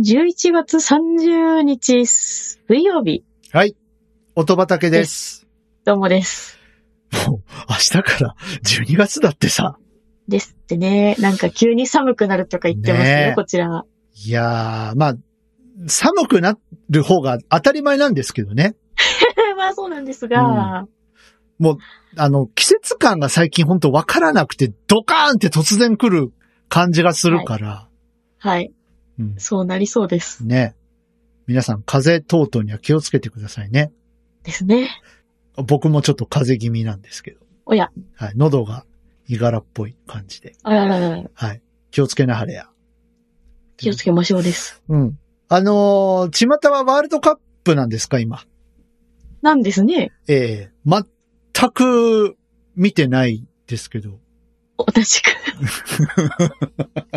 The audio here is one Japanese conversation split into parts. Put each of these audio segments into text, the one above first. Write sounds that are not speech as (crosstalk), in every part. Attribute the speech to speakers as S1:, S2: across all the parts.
S1: 11月30日、水曜日、
S2: はい。音畑です。
S1: どうもです。
S2: もう、明日から12月だってさ。
S1: ですってね。なんか急に寒くなるとか言ってますね、
S2: ねえ
S1: こちら。 (laughs)
S2: いやー、まあ、寒くなる方が当たり前なんですけどね。
S1: まあそうなんですが、
S2: あの、季節感が最近ほんとわからなくて、ドカーンって突然来る感じがするから。
S1: はい、
S2: うん。
S1: そうなりそうです。
S2: ね。皆さん、風邪等々には気をつけてくださいね。
S1: ですね。
S2: 僕もちょっと風邪気味なんですけど。
S1: おや、
S2: はい。喉が、いがらっぽい感じで。
S1: あらららら、
S2: はい。気をつけなはれや。
S1: 気をつけましょうです。
S2: うん。あのー、巷はワールドカップなんですか、今。
S1: なんですね。
S2: ええ全く見てないですけど。
S1: 私く。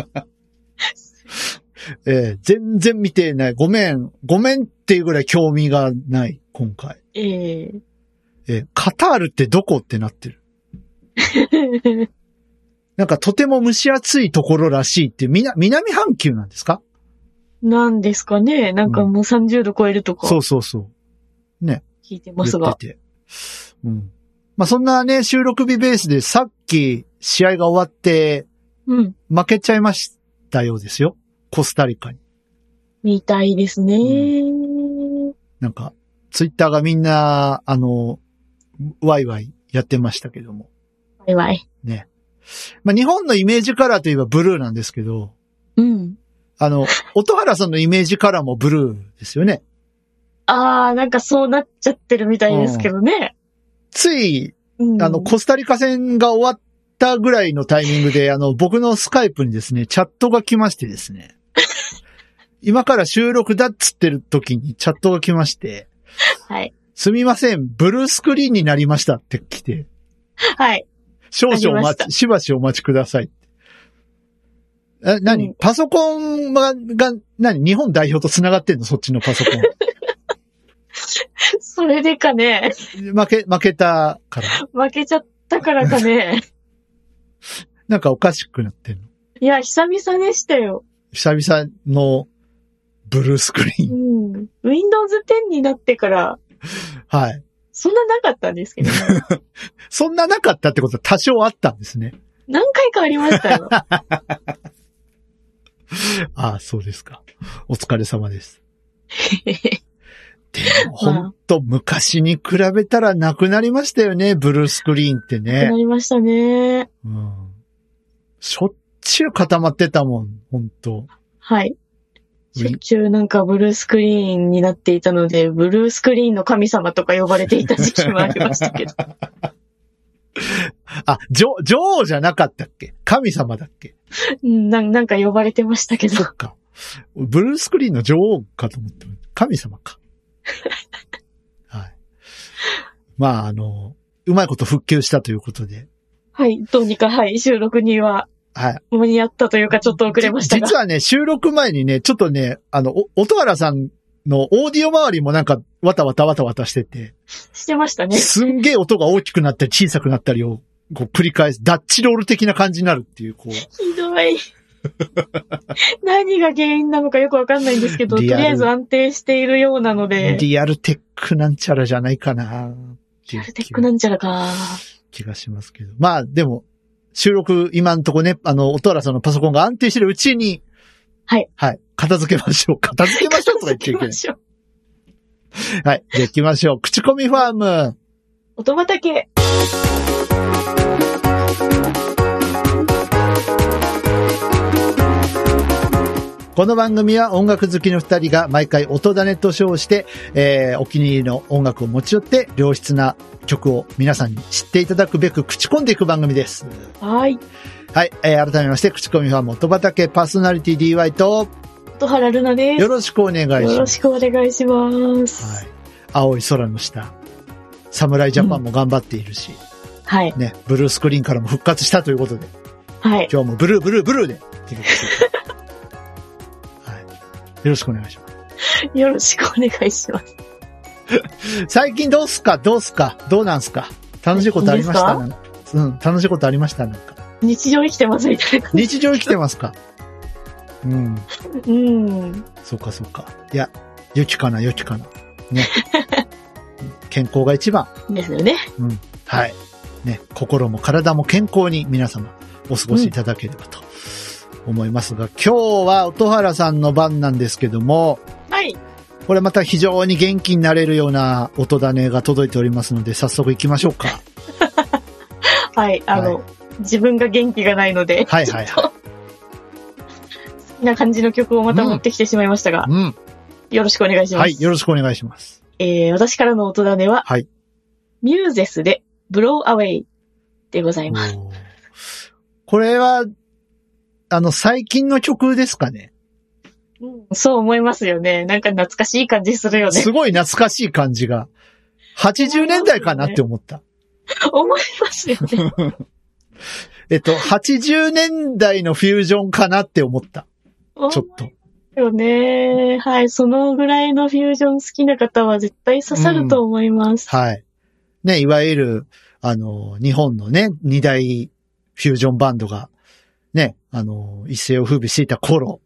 S1: (laughs)
S2: ええ全然見てない。ごめん、ごめんっていうぐらい興味がない、今回。
S1: ええ
S2: ええカタールってどこってなってる。なんかとても蒸し暑いところらしいって、みな、南半球なんですか
S1: (laughs) なんですかね。なんかもう30度超えるとか
S2: そうそうそう。
S1: 聞いてます
S2: 言っ
S1: が。
S2: てて。うん。まあ、そんなね、収録日ベースでさっき試合が終わって、
S1: うん。
S2: 負けちゃいましたようですよ。コスタリカに。
S1: みたいですね。
S2: なんか、ツイッターがみんな、あの、ワイワイやってましたけども。
S1: わいわい。
S2: まあ、日本のイメージカラーといえばブルーなんですけど、
S1: うん。(laughs)
S2: あの、音原さんのイメージカラーもブルーですよね。
S1: ああ、なんかそうなっちゃってるみたいですけどね。
S2: つい、
S1: うん、
S2: あの、コスタリカ戦が終わったぐらいのタイミングで、あの、僕のスカイプにですね、チャットが来ましてです
S1: (laughs)
S2: ね。今から収録だっつってる時にチャットが来まして、
S1: はい。
S2: すみません、ブルースクリーンになりましたって来て、
S1: はい。
S2: 少々お
S1: ありまし
S2: 待
S1: た
S2: ち、しばしお待ちください。え、何、
S1: うん
S2: パソコンが、が、何日本代表と繋がってんのそっちのパソコン。
S1: それでかね、 (laughs)
S2: 負け、負けたから。
S1: 負けちゃったからか
S2: (laughs)
S1: ね。
S2: なんかおかしくなってんの。
S1: いや、久々でしたよ。
S2: 久々のブルースクリ
S1: う
S2: ーン。
S1: ん。Windows 10になってから、
S2: はい。
S1: そんななかったんですけど、ね、
S2: そんななかったってことは多少あったんですね。
S1: 何回かありましたよ。
S2: ああ、そうですか。お疲れ様です。
S1: (laughs)
S2: でも、ほ
S1: まあ
S2: んと昔に比べたらなくなりましたよね、ブルースクリーンって (laughs) ね。
S1: なりましたね。
S2: うんしょっちゅう固まってたもん、本当
S1: はい。
S2: ウ
S1: しょ
S2: ィ
S1: っちゅうなんかブルースクリーンになっていたので、ブルースクリーンの神様とか呼ばれていた時期もありました
S2: (laughs)
S1: けど。
S2: あ、女、女王じゃなかったっけ神様だっけ
S1: うんなんなんか呼ばれてましたけど
S2: そ。っか。ブルースクリーンの女王かと思って、神
S1: (laughs)
S2: 様か。はい。まあ、あの、うまいこと復旧したということで。
S1: はい。どうにか、はい。収録には
S2: はい。
S1: 間に合ったというか、ちょっと遅れました
S2: じ
S1: が。
S2: 実はね、収録前にね、ちょっとね、あの、お、音原さんのオーディオ周りもなんか、わたわたわたわたしてて、
S1: してましたね。
S2: すんげえ音が大きくなったり小さくなったりを、こう繰り返す、ダッチロール的な感じになるっていう、こう。
S1: ひどい。 (laughs) 何が原因なのかよくわかんないんですけど、とり
S2: リアル
S1: あえず安定しているようなので、リ
S2: リアルテックなんちゃらじゃないかなってい
S1: ア
S2: う
S1: ルテックなんちゃらか。
S2: 気がしますけど。まあでも、収録今んとこね、あの、音原さんのパソコンが安定してるうちに、
S1: はい。
S2: はい。片付けましょう。片付けましょうとか言っちゃいけ
S1: 片付け
S2: な
S1: ましょう
S2: い。はい。じゃあ行きましょう。口コミファーム。
S1: 音畑。
S2: この番組は音楽好きの二人が毎回音種と称して、えー、お気に入りの音楽を持ち寄って、良質な曲を皆さんに知っていただくべく口コんでいく番組です。
S1: はい。
S2: はい。えー、改めまして、口コミファーム音畑パーソナリティ DY と、
S1: 音原ルナです。
S2: よ
S1: よ
S2: ろしくお願いします。
S1: ろしくお願いします。
S2: はい。青い空の下。侍ジャパンも頑張っているし、
S1: はい。
S2: ね、ブルースクリーンからも復活したということで、
S1: はい。
S2: 今日もブルーブルーブルーで、っていうことではい。よろしくお願いします。
S1: よろしくお願いします。
S2: 最近どうすかどうすかどうなんすか楽しいことありました
S1: いい
S2: なんうん、楽しいことありましたなんか。
S1: 日常生きてますみたいな。
S2: 日常生きてますかうん。
S1: うん。
S2: そうかそうか。いや、良きかな、良きかな。 (laughs) ね。健康が一番。
S1: ですよね。
S2: はい。ね、心も体も健康に皆様お過ごしいただければと思いますが、今日は音原さんの番なんですけども、
S1: はい。
S2: これまた非常に元気になれるような音種が届いておりますので、早速行きましょうか。
S1: はい。あの、
S2: は
S1: 自分が元気がないので、
S2: はい (laughs) はいは
S1: 好きな感じの曲をまた持ってきてしまいましたが
S2: い。、うん。
S1: よろしくお願いします。
S2: はい、よろしくお願いします。
S1: えー、私からの音種は、
S2: はい
S1: ミューゼスで、ブローアウェイでございます。
S2: おーこれは、あの、最近の曲ですかね。
S1: そう思いますよね。なんか懐かしい感じするよね。
S2: すごい懐かしい感じが。80年代かなって思った。
S1: 思います
S2: (laughs)
S1: よね。
S2: えっと、80年代のフュージョンかなって思った。
S1: 思
S2: ちょっ
S1: う
S2: と。
S1: よね。はい。そのぐらいのフュージョン好きな方は絶対刺さると思います。
S2: はい。ね、いわゆる、あの、日本のね、二大フュージョンバンドが、ね、あの、一世を風靡していた頃、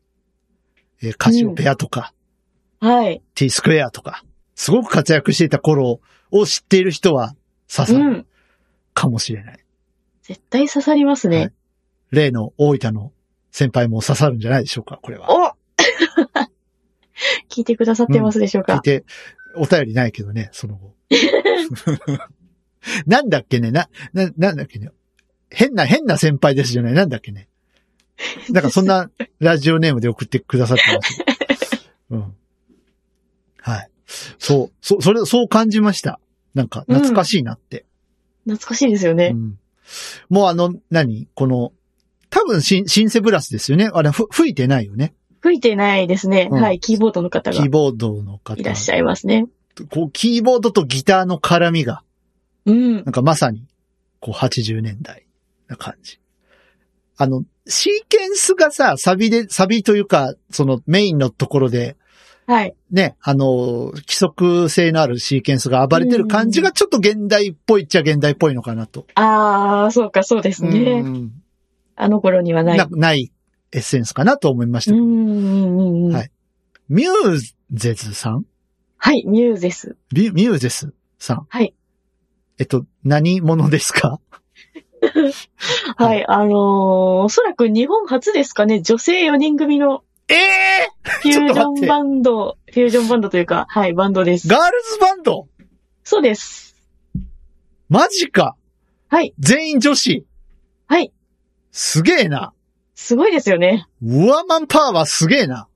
S2: えーカシオペアとか、
S1: はい。
S2: T スクエアとか、すごく活躍していた頃を知っている人は刺さ
S1: う
S2: る
S1: ん。
S2: かもしれない。
S1: 絶対刺さりますね。
S2: 例の大分の先輩も刺さるんじゃないでしょうか、これは。
S1: お (laughs) 聞いてくださってますでしょう
S2: 聞い
S1: か、
S2: て、お便りないけどね、そ
S1: (laughs)
S2: の後。なんだっけね、な、な、なんだっけね。変な、変な先輩ですじゃない、なんだっけね。なんかそんなラジオネームで送ってくださってます。
S1: (laughs)
S2: うん。はい。そう、そう、それ、そう感じました。なんか、懐かしいなって。
S1: 懐かしいですよね。
S2: うんもうあの、何この、多分シン、シンセブラスですよね。あれ、ふ、吹いてないよね。
S1: 吹いてないですね。
S2: うん
S1: はい。キーボードの方
S2: キ
S1: が
S2: ーボードの方。
S1: いらっしゃいますね。
S2: こう、キーボードとギターの絡みが、
S1: うん
S2: な。んかまさに、こう80年代な感じ。あの、シーケンスがさ、サビで、サビというか、そのメインのところで、
S1: はい。
S2: ね、あの、規則性のあるシーケンスが暴れてる感じがちょっと現代っぽいっちゃ現代っぽいのかなと。
S1: あー、そうか、そうです
S2: う
S1: ね。
S2: ん
S1: あの頃にはない。
S2: なないエッセンスかなと思いまし
S1: う
S2: た。
S1: んうんうんうん。
S2: はいミューゼズさん
S1: はい。ミューゼス。
S2: ミュミューゼスさん
S1: はい。
S2: えっと、何者ですかは
S1: はいい、あのーおそらく日本初ですかね、女性4人組の
S2: ええ
S1: フュージ
S2: ちょっと待っ
S1: ョ
S2: て
S1: ンバンド、フュージョンバンドというか、はい、バンドです。
S2: ガールズバンド
S1: そうです。
S2: マジか
S1: はい。
S2: 全員女子
S1: はい。
S2: すげえな。
S1: すごいですよね。
S2: ウワマンパワーすげえな。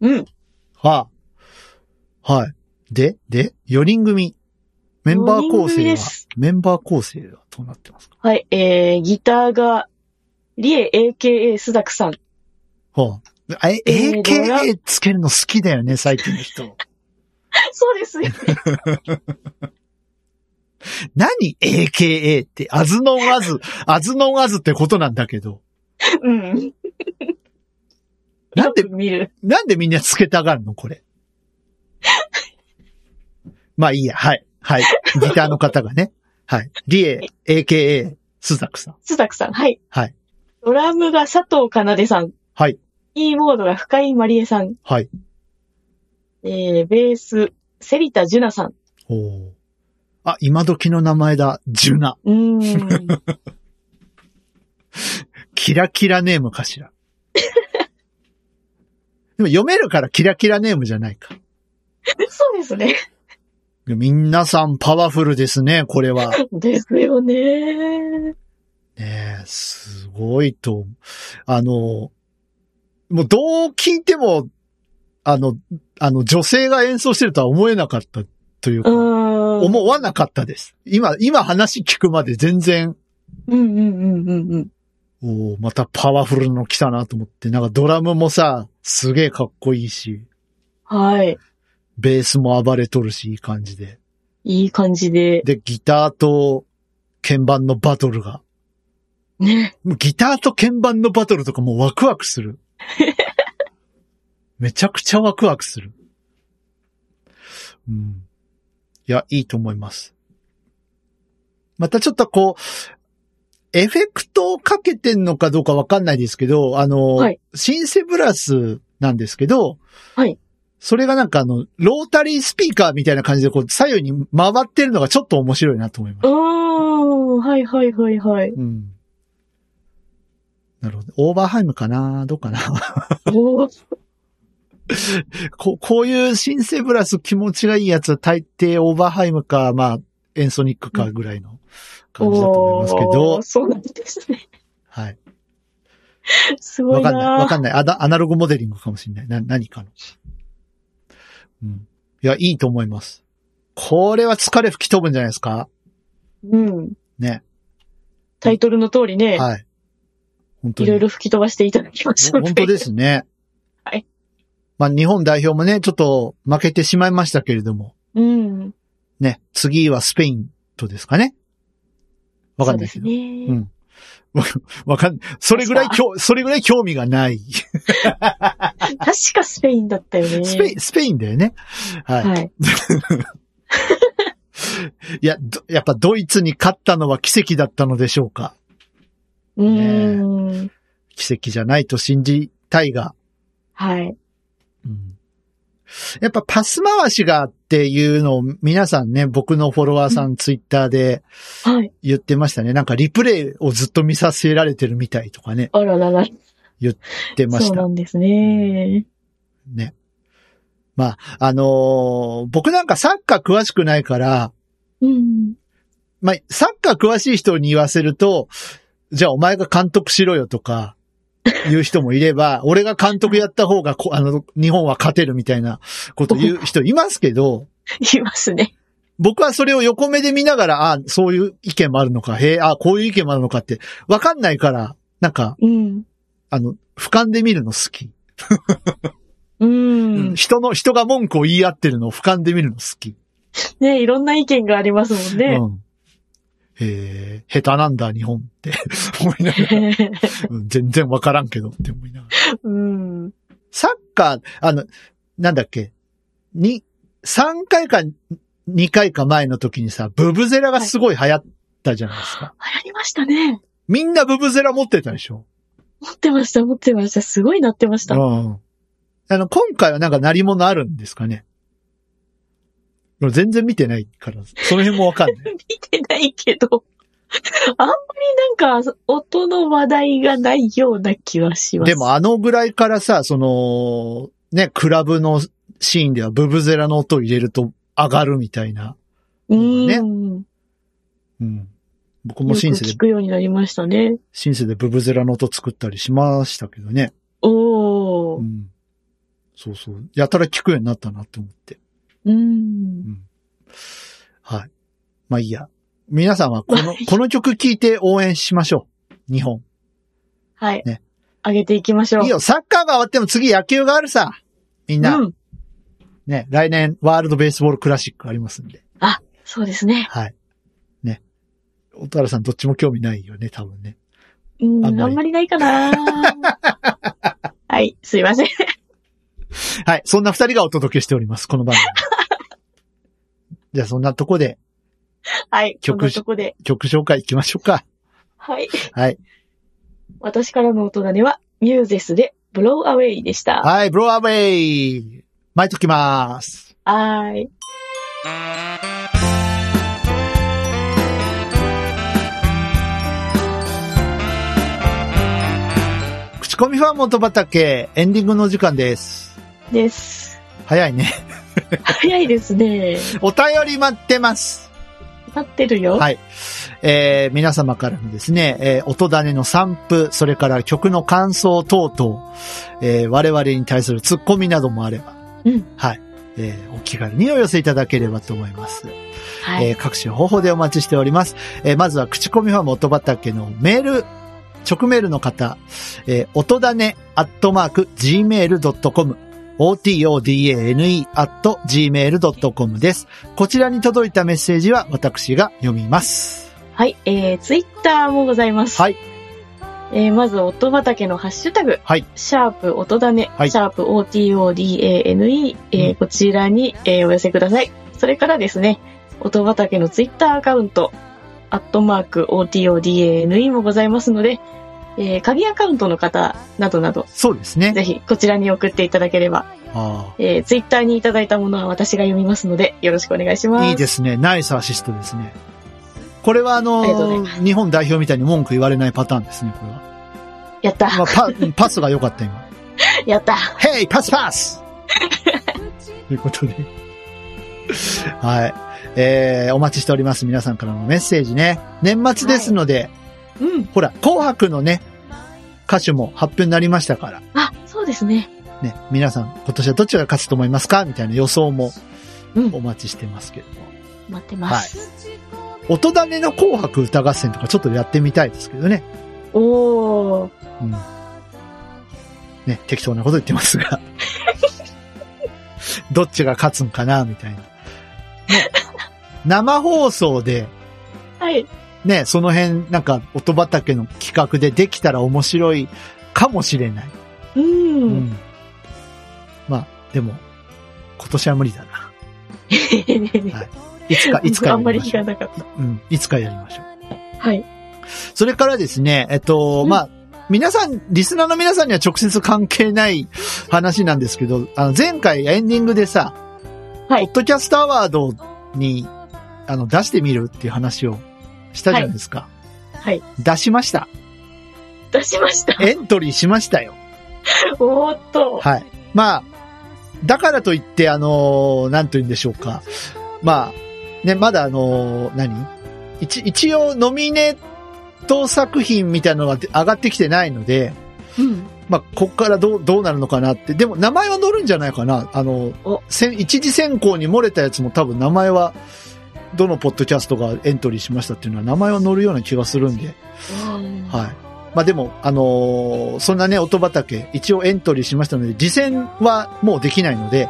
S1: うん。
S2: はあ、はい。で、で、4人組。メンバー
S1: 四人組
S2: 構成
S1: で
S2: は
S1: す、
S2: メンバー構成はどうなってますか
S1: はい、えー、ギターが、リエ AKA スダクさん。 (laughs)
S2: はあ、え、
S1: えーどうや
S2: AKA つけるの好きだよね、最近の人。
S1: そう
S2: (laughs)
S1: ですよね。
S2: 何 AKA って、アズノンア (laughs) ズ、アズノンアズってことなんだけど。
S1: うん。
S2: なんで
S1: よく見る。
S2: なんでみんなつけたがるのこれ。 (laughs) まあいいや、はい。はい。ギターの方がね。はい。リエ、AKA、スザクさん。
S1: スダクさん。はい。
S2: はい。
S1: ドラムが佐藤かなでさん。
S2: はい。
S1: キーボードが深井まりえさん。
S2: はい。
S1: えー、ベース、セリタジュナさん。
S2: おーあ、今時の名前だ。ジュナ。
S1: うー
S2: (laughs)
S1: ん。
S2: キラキラネームかしら。 (laughs) でも読めるからキラキラネームじゃないか。
S1: そうですね。
S2: みんなさんパワフルですね、これは。
S1: ですよね。
S2: ねえ、すごいと思う。あの、もうどう聞いても、あの、あの女性が演奏してるとは思えなかったという
S1: う
S2: か、
S1: ん。
S2: 思わなかったです。今、今話聞くまで全然、
S1: うんうんうんうんうん。
S2: おーまたパワフルなの来たなと思って、なんかドラムもさ、すげえかっこいいし、
S1: はい。
S2: ベースも暴れとるし、いい感じで。
S1: いい感じで。
S2: で、ギターと鍵盤のバトルが。
S1: ね。
S2: もうギターと鍵盤のバトルとかもうワクワク
S1: (laughs)
S2: する。めちゃくちゃワクワクする。うん。いや、いいと思います。またちょっとこう、エフェクトをかけてんのかどうかわかんないですけど、あの、
S1: はい
S2: シンセブラスなんですけど、
S1: はい
S2: それがなんかあの、ロータリースピーカーみたいな感じでこう左右に回ってるのがちょっと面白いなと思います。
S1: おー、はいはいはいはい。
S2: うん。なるほど。オーバーハイムかなどうかな (laughs)
S1: おー
S2: ここういうシンセブラス気持ちがいいやつは大抵オーバーハイムか、まあ、エンソニックかぐらいの感じだと思いますけど
S1: おー、そうなんですね。
S2: はい。
S1: すご
S2: わ
S1: い
S2: かんない。わ
S1: な
S2: かんない。アナアナログモデリングかもしれない。な、何かの。うん。いや、いいと思います。これは疲れ吹き飛ぶんじゃないですか
S1: うん。
S2: ね。
S1: タイトルの通りね、
S2: はい。本当
S1: い
S2: に。
S1: ろいろ吹き飛ばしていただきましょう。
S2: 本当ですね。
S1: はい。
S2: まあ、日本代表もね、ちょっと負けてしまいましたけれども、
S1: うん。
S2: ね、次はスペインとですかね。わかんないけ
S1: そう
S2: ど。
S1: です
S2: う
S1: ね
S2: ん。わかん、それぐらい興、それぐらい興味がない。
S1: 確かスペインだったよね。
S2: スペイン、スペインだよね。はい。
S1: はい。
S2: いや、どやっぱドイツに勝ったのは奇跡だったのでしょうか。
S1: うーん。
S2: 奇跡じゃないと信じたいが。
S1: はい。
S2: うん、やっぱパス回しがっていうのを皆さんね、僕のフォロワーさんツイッターで
S1: はい。
S2: 言ってましたね。なんかリプレイをずっと見させられてるみたいとかね、
S1: あららら。
S2: 言ってまし
S1: そうな
S2: た。
S1: んですね。
S2: ね。まあ、あのー僕なんかサッカー詳しくないから、
S1: うん。
S2: まあ、サッカー詳しい人に言わせると、じゃあお前が監督しろよとか、言う人もいれば、 (laughs) 俺が監督やった方がこ、あの、日本は勝てるみたいなこと言う人いますけど、
S1: いますね。
S2: 僕はそれを横目で見ながら、あそういう意見もあるのか、へえ、あこういう意見もあるのかって、わかんないから、なんか、
S1: うん。
S2: あの、俯瞰で見るの好き。
S1: う
S2: うんん。人の、人が文句を言い合ってるのを俯瞰で見るの好き。
S1: ねいろんな意見がありますもんね。
S2: うん。へえ、下手なんだ、日本って (laughs) 思いながら。うん全然わからんけどって思いながら。
S1: (laughs) うん。
S2: サッカー、あの、なんだっけ、に、3回か2回か前の時にさ、ブブゼラがすごい流行ったじゃないですか。
S1: 流行りましたね。
S2: みんなブブゼラ持ってたでしょ
S1: 持ってました、持ってました。すごいなってまし
S2: う
S1: た。
S2: ん。あの、今回はなんか鳴り物あるんですかね全然見てないから、その辺もわかんない。
S1: 見てないけど、 (laughs) あんまりなんか、音の話題がないような気はします。
S2: でもあのぐらいからさ、その、ね、クラブのシーンではブブゼラの音を入れると上がるみたいな。
S1: うん、
S2: ね
S1: よ
S2: うん。僕
S1: く
S2: もシンセで
S1: 聞くようになりましたね。
S2: シンセでブブゼラの音作ったりしましたけどね。
S1: お
S2: う
S1: ー。
S2: ん。そうそう。やたら聞くようになったなって思って。
S1: うん
S2: う。ん。はい。まあいいや。皆さんはこ
S1: ま (laughs)
S2: の
S1: あいい、
S2: この曲聴いて応援しましょう。日本。
S1: はい。
S2: ね
S1: 上げていきましょう。
S2: いいよ、サッカーが終わっても次野球があるさ。みんな、
S1: うん。
S2: ね、来年ワールドベースボールクラシックありますんで。
S1: そうですね。
S2: はい。ね。小田原さんどっちも興味ないよね、多分ね。
S1: うん、
S2: あ
S1: あ
S2: ん
S1: ん
S2: まり
S1: まりないか
S2: (laughs)
S1: なはい、すいません。
S2: はい。そんな二人がお届けしております、この番組。 (laughs) じゃあそんなとこで
S1: はい、
S2: 曲
S1: こんなとこで。
S2: 曲紹介行きましょうか。
S1: はい。
S2: はい。
S1: 私からの音種は、ミューゼスで、ブローアウェイでした。
S2: はい、ブローアウェイ巻いときます。
S1: はーい。
S2: 口コミファン元畑、エンディングのお時間です。 (laughs)
S1: です。
S2: 早いね。
S1: 早いですね。
S2: お便り待ってます。
S1: 待ってるよ。
S2: はい。えー、皆様からのですね、えー、音種の散布、それから曲の感想等々、えー、我々に対するツッコミなどもあれば、
S1: うん
S2: はい。えー、お気軽にお寄せいただければと思います。
S1: はい。
S2: えー各種方法でお待ちしております。えーまずは、口コミファン音畑のメール、直メールの方、えー音種アットマーク gmail.com、otodane アット gmail.com です。こちらに届いたメッセージは私が読みます。
S1: はい。えー、ツイッターもございます。
S2: はい。
S1: えー、まず、音畑のハッシュタグ。
S2: はい
S1: シャープ、音だね。
S2: はい
S1: シャープ、OTODANE。えー
S2: うん
S1: こちらに、えーお寄せください。それからですね、音畑のツイッターアカウント、アットマーク OTODANE もございますので、えー鍵アカウントの方などなど、
S2: そうですね。
S1: ぜひこちらに送っていただければ、
S2: あ
S1: えー、ツイッターにいただいたものは私が読みますので、よろしくお願いします。
S2: あいいですね。ナイスアシストですね。これはあの
S1: ありがとうございま
S2: 日本代表みたいに文句言われないパターンですね、これは。
S1: やった、
S2: まあ、パパスが良かった、今。
S1: やった。
S2: ヘイパスパス (laughs) ということで。はい。えー、お待ちしております。皆さんからのメッセージね。年末ですので、
S1: うん。
S2: ほら、紅白のね、歌手も発表になりましたから、
S1: あ、そうですね。
S2: ね、皆さん、今年はどっちが勝つと思いますかみたいな予想も
S1: うん
S2: お待ちしてますけども。
S1: 待ってます。
S2: 音種の紅白歌合戦とかちょっとやってみたいですけどね。
S1: おー。
S2: うん。ね、適当なこと言ってま
S1: (laughs)
S2: すが。どっちが勝つんかな、みたいな。ね、生放送で、
S1: はい。
S2: ね、その辺、なんか、音畑の企画でできたら面白いかもしれない。
S1: うん。
S2: う
S1: (laughs)
S2: ん。まあ、でも、今年は無理だな。い
S1: (laughs)
S2: つか、いつか
S1: あ
S2: や
S1: ん
S2: り
S1: ま
S2: ま
S1: り
S2: し
S1: 日が
S2: ょう。
S1: なかった。
S2: うん、いつかやりましょう。
S1: はい。
S2: それからですね、えっと、
S1: うん
S2: まあ、皆さん、リスナーの皆さんには直接関係ない話なんですけど、あの、前回エンディングでさ、
S1: はい
S2: ポッドキャストアワードに、あの、出してみるっていう話をしたじゃないですか。
S1: はい。
S2: 出しました。
S1: 出しました。 (laughs)
S2: エントリーしましたよ。
S1: おーっと。
S2: はい。まあ、だからといって、あのーなんと言うんでしょうか。まあ、ね、まだあのー何一一応、ノミネート作品みたいなのが上がってきてないので、
S1: うん。
S2: まあ、ここからどう、どうなるのかなって。でも、名前は乗るんじゃないかな。あの
S1: お、
S2: せん一次選考に漏れたやつも多分名前は、どのポッドキャストがエントリーしましたっていうのは名前は乗るような気がするんで。
S1: は
S2: はい。まあでも、あのーそんなね、音畑、一応エントリーしましたので、次戦はもうできないので、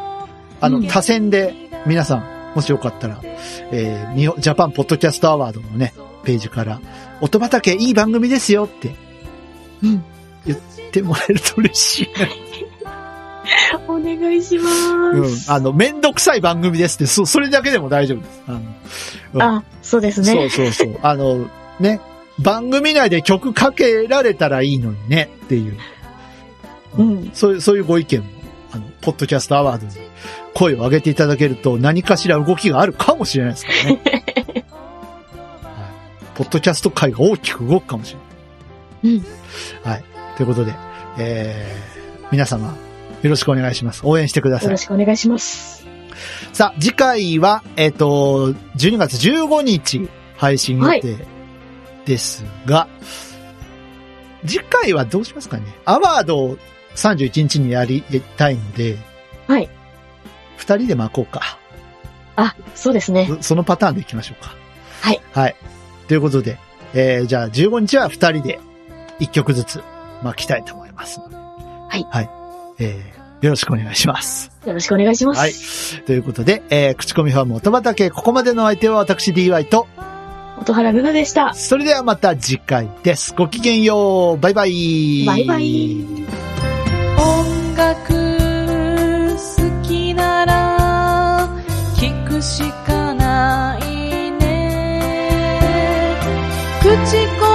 S2: あの、
S1: うん
S2: 他戦で、皆さん、もしよかったら、えー、日本、ジャパンポッドキャストアワードのね、ページから、音畑いい番組ですよって
S1: い。うん。
S2: 言ってもらえると嬉しい。
S1: お願いしま
S2: うん
S1: す。。
S2: あの、めんどくさい番組ですって、そ、それだけでも大丈夫です。あの、
S1: あ、そうです
S2: そう
S1: ね。
S2: そうそう。あの、ね、番組内で曲かけられたらいいのにね、っていう。
S1: うん。
S2: そういう、そういうご意見も、あの、ポッドキャストアワードに声を上げていただけると何かしら動きがあるかもしれないですからね。はい、ポッドキャスト界が大きく動くかもしれない。
S1: うん
S2: はい。ということで、えー、皆様、よろしくお願いします。応援してくだ
S1: よ
S2: さ
S1: ろ
S2: い。
S1: しくお願いします。
S2: さあ、次回は、えっ、と、12月15日配信予定ですが、次回はどうしますかねアワードを31日にやりたいので、
S1: はい。
S2: 二人で巻こうか。
S1: あ、そうですね。
S2: そそのパターンでいきましょうか。
S1: はい。
S2: はい。ということで、えー、じゃあ15日は二人で一曲ずつ巻きたいと思います。はいはい。えー、よろしくお願いします。
S1: よろしくお願いします。
S2: はい。ということで、えー、口コミファーム音畑、ここまでのお相手は私 DY と、
S1: 音原ルナでした。
S2: それではまた次回です。ごきげんよう。バイバイ。
S1: バイバイ。
S3: 音楽好きなら聞くしかないね口コ